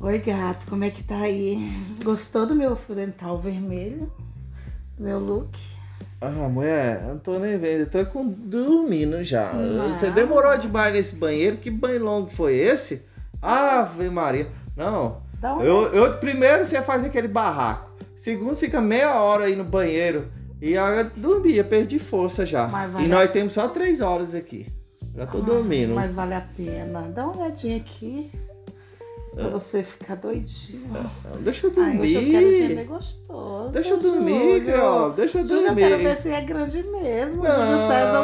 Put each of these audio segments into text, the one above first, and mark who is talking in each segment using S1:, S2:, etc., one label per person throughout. S1: Oi, gato, como é que tá aí? Gostou do meu fio dental vermelho? Do meu look?
S2: Ah, mulher, eu não tô nem vendo, eu tô com, dormindo já.
S1: Não.
S2: Você demorou demais nesse banheiro, que banho longo foi esse? Ave Maria. Não,
S1: Dá um.
S2: eu, eu- primeiro você faz aquele barraco, segundo fica meia hora aí no banheiro, e aí eu dormia, perdi força já.
S1: Mas vai
S2: E
S1: dar-
S2: nós temos só três horas aqui, já tô dormindo.
S1: Mas vale a pena. Dá uma olhadinha aqui. Pra você ficar doidinho.
S2: Deixa eu
S1: Ai, hoje Ah, eu quero
S2: dormir.
S1: ver gostoso.
S2: Deixa eu dormir,
S1: Júlio.
S2: Criola, deixa eu
S1: Júlio, eu quero ver
S2: dormir.
S1: se é grande mesmo.
S2: Não.
S1: Júlio César é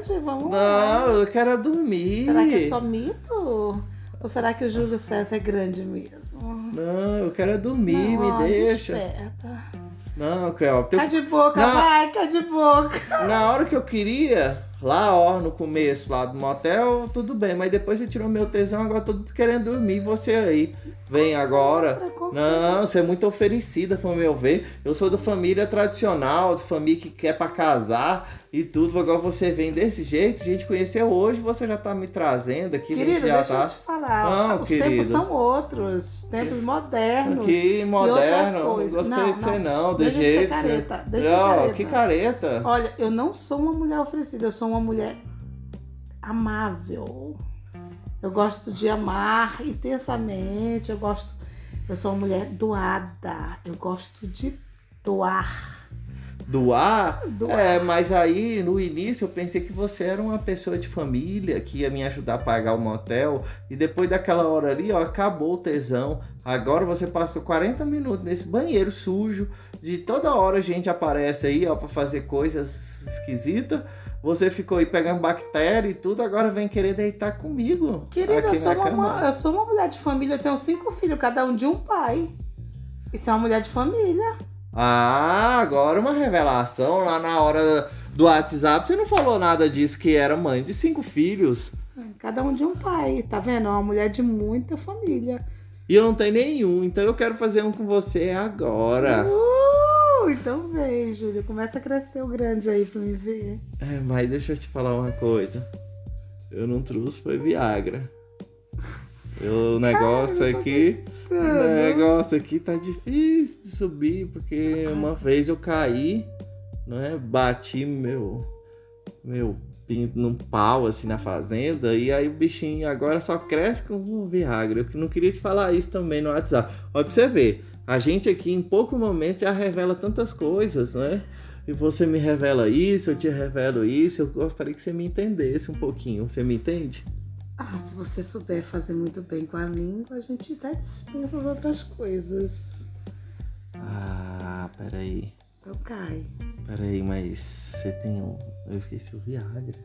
S1: o grande. Vamos lá.
S2: Não, eu quero dormir.
S1: Será que é só mito? Ou será que o Júlio César é grande mesmo?
S2: Não, eu quero é dormir,
S1: Não,
S2: me deixa.
S1: Desperta.
S2: Não, Cleo, teu-
S1: Cai de boca,
S2: Não.
S1: vai, cai de boca.
S2: na hora que eu queria, lá ó, no começo, lá do motel, tudo bem, mas depois você tirou meu tesão, agora eu tô querendo dormir, você aí. Vem agora.
S1: concentra.
S2: Não, você é muito oferecida, pro meu ver. Eu sou da família tradicional, de família que quer pra casar e tudo. Agora você vem desse jeito, a gente conheceu hoje, você já tá me trazendo aqui, a
S1: Querido,
S2: gente já
S1: deixa
S2: tá.
S1: eu te falar.
S2: Não,
S1: Os tempos
S2: querido.
S1: são outros, tempos modernos.
S2: Que
S1: E
S2: moderno,
S1: outra
S2: não
S1: coisa-
S2: gostei
S1: não,
S2: de
S1: não,
S2: ser não, de
S1: deixa de ser
S2: jeito.
S1: careta, deixa de ser
S2: não,
S1: careta.
S2: que careta.
S1: Olha, eu não sou uma mulher oferecida, eu sou uma mulher amável. Eu gosto de amar intensamente, eu gosto. Eu sou uma mulher doada, eu gosto de doar.
S2: Doar?
S1: Doar.
S2: É, mas aí no início eu pensei que você era uma pessoa de família que ia me ajudar a pagar o motel. E depois daquela hora ali, ó, acabou o tesão. Agora você passou 40 minutos nesse banheiro sujo. De toda hora a gente aparece aí, ó, pra fazer coisas esquisitas. Você ficou aí pegando bactéria e tudo, agora vem querer deitar comigo.
S1: Querida,
S2: aqui
S1: eu sou,
S2: na
S1: uma,
S2: cama.
S1: ma- eu sou uma mulher de família, eu tenho cinco filhos, cada um de um pai. Isso é uma mulher de família.
S2: Ah, agora uma revelação. Lá na hora do WhatsApp, você não falou nada disso, que era mãe de cinco filhos.
S1: Cada um de um pai, tá vendo? É uma mulher de muita família.
S2: E eu não tenho nenhum, então eu quero fazer um com você agora.
S1: Uh, então vem, Júlio. Começa a crescer o grande aí pra me ver.
S2: É, mas deixa eu te falar uma coisa. Eu não trouxe, foi Viagra. Eu- O negócio aqui. O negócio aqui tá difícil de subir, porque uma vez eu caí, né? Bati meu. Meu pinto num pau assim na fazenda. E aí o bichinho agora só cresce com o Viagra. Eu que não queria te falar isso também no WhatsApp. Olha pra você ver. A gente aqui em pouco momento já revela tantas coisas, né? E você me revela isso, eu te revelo isso. Eu gostaria que você me entendesse um pouquinho. Você me entende?
S1: Ah, se você souber fazer muito bem com a língua, a gente até dispensa as outras coisas.
S2: Ah, peraí.
S1: Então cai.
S2: Peraí, mas você tem um. Eu esqueci o Viagra.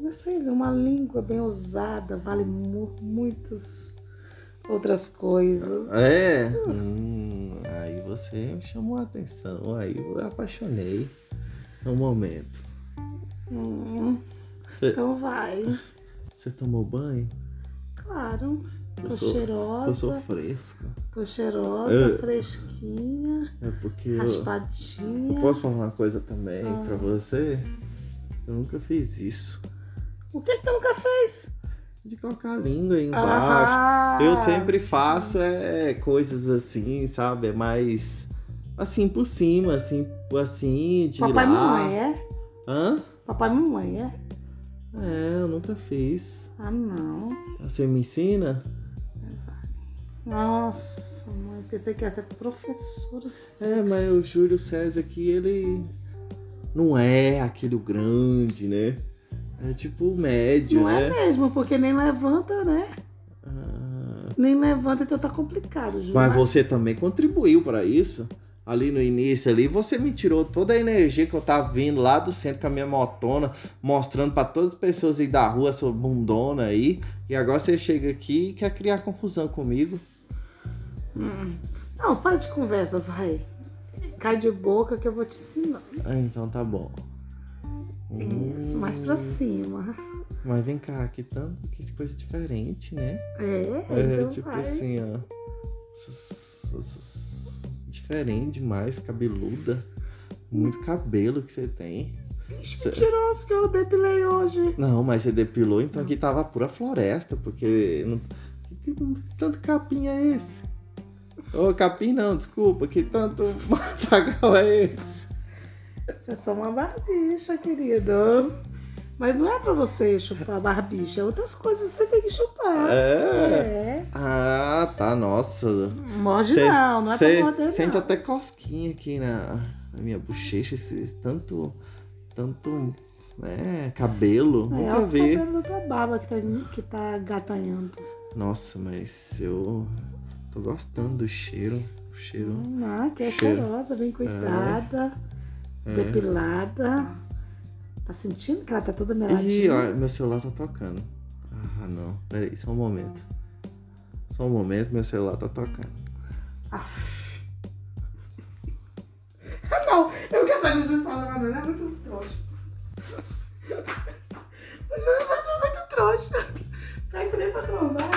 S1: Meu filho, uma língua bem usada vale mu- muitas outras coisas.
S2: É? Hum, aí você me chamou a atenção, aí eu apaixonei. É um momento.
S1: Hum, então vai.
S2: Você tomou banho?
S1: Claro. Tô
S2: Eu sou-
S1: cheirosa.
S2: Eu sou fresco.
S1: Tô cheirosa,
S2: Eu-
S1: fresquinha,
S2: É porque eu.
S1: raspadinha.
S2: eu posso falar uma coisa também
S1: Ah.
S2: pra você? Eu nunca fiz isso.
S1: O que que tu nunca fez?
S2: De colocar a língua aí embaixo.
S1: Ah,
S2: Eu sempre faço é coisas assim, sabe? É mais assim por cima, assim, assim, de
S1: Ah, Papai e
S2: lá.
S1: mamãe, é?
S2: Hã?
S1: Papai e mamãe, é?
S2: É, eu nunca fiz.
S1: Ah, não.
S2: Você me ensina?
S1: Nossa, mãe, pensei que ia ser professora de
S2: É,
S1: sexo.
S2: mas o Júlio César aqui, ele não é aquele grande, né? É tipo o médio,
S1: Não é
S2: né?
S1: mesmo, porque nem levanta, né?
S2: Ah,
S1: Nem levanta, então tá complicado, Ju.
S2: mas você também contribuiu pra isso. Ali no início, ali, você me tirou toda a energia que eu tava vindo lá do centro com a minha motona, mostrando pra todas as pessoas aí da rua sua bundona aí. E agora você chega aqui e quer criar confusão comigo.
S1: Não, para de conversa, vai. Cai de boca que eu vou te ensinar.
S2: Ah, então tá bom.
S1: Isso, mais
S2: Hum.
S1: pra cima.
S2: Mas vem cá, que tanto que coisa diferente, né?
S1: É,
S2: É,
S1: então
S2: tipo
S1: vai.
S2: assim, ó. S- s- s- Diferente demais, cabeluda. Muito cabelo que você tem.
S1: Ixi, mentiroso que eu depilei hoje.
S2: Não, mas você depilou, então aqui tava pura floresta, porque. não- Que tanto capim é esse? Ô, capim não, desculpa, que tanto matagal é esse?
S1: Você é só uma barbicha, querido. Mas não é pra você chupar barbicha, é outras coisas que você tem que chupar.
S2: É. Ah, tá, nossa.
S1: Morde
S2: Cê-
S1: não, não é
S2: cê
S1: pra morder
S2: Sente
S1: não.
S2: até cosquinha aqui na, na minha bochecha, esse tanto. Tanto. É, cabelo.
S1: É
S2: Nunca
S1: os
S2: vi.
S1: cabelos da barba que tá, que tá gatanhando.
S2: Nossa, mas eu tô gostando do cheiro. O cheiro.
S1: Ah, que é
S2: Cheiro.
S1: cheirosa, bem cuidada, depilada. Tá sentindo que ela tá toda
S2: Ih,
S1: meladinha?
S2: ó, meu celular tá tocando. Ah, não. Peraí, só um momento. Só um momento, meu celular tá tocando.
S1: Aff. Ah, não, eu não quero saber do juiz falar, não, ele é muito trouxa. O juiz é muito trouxa. Presta nem pra transar,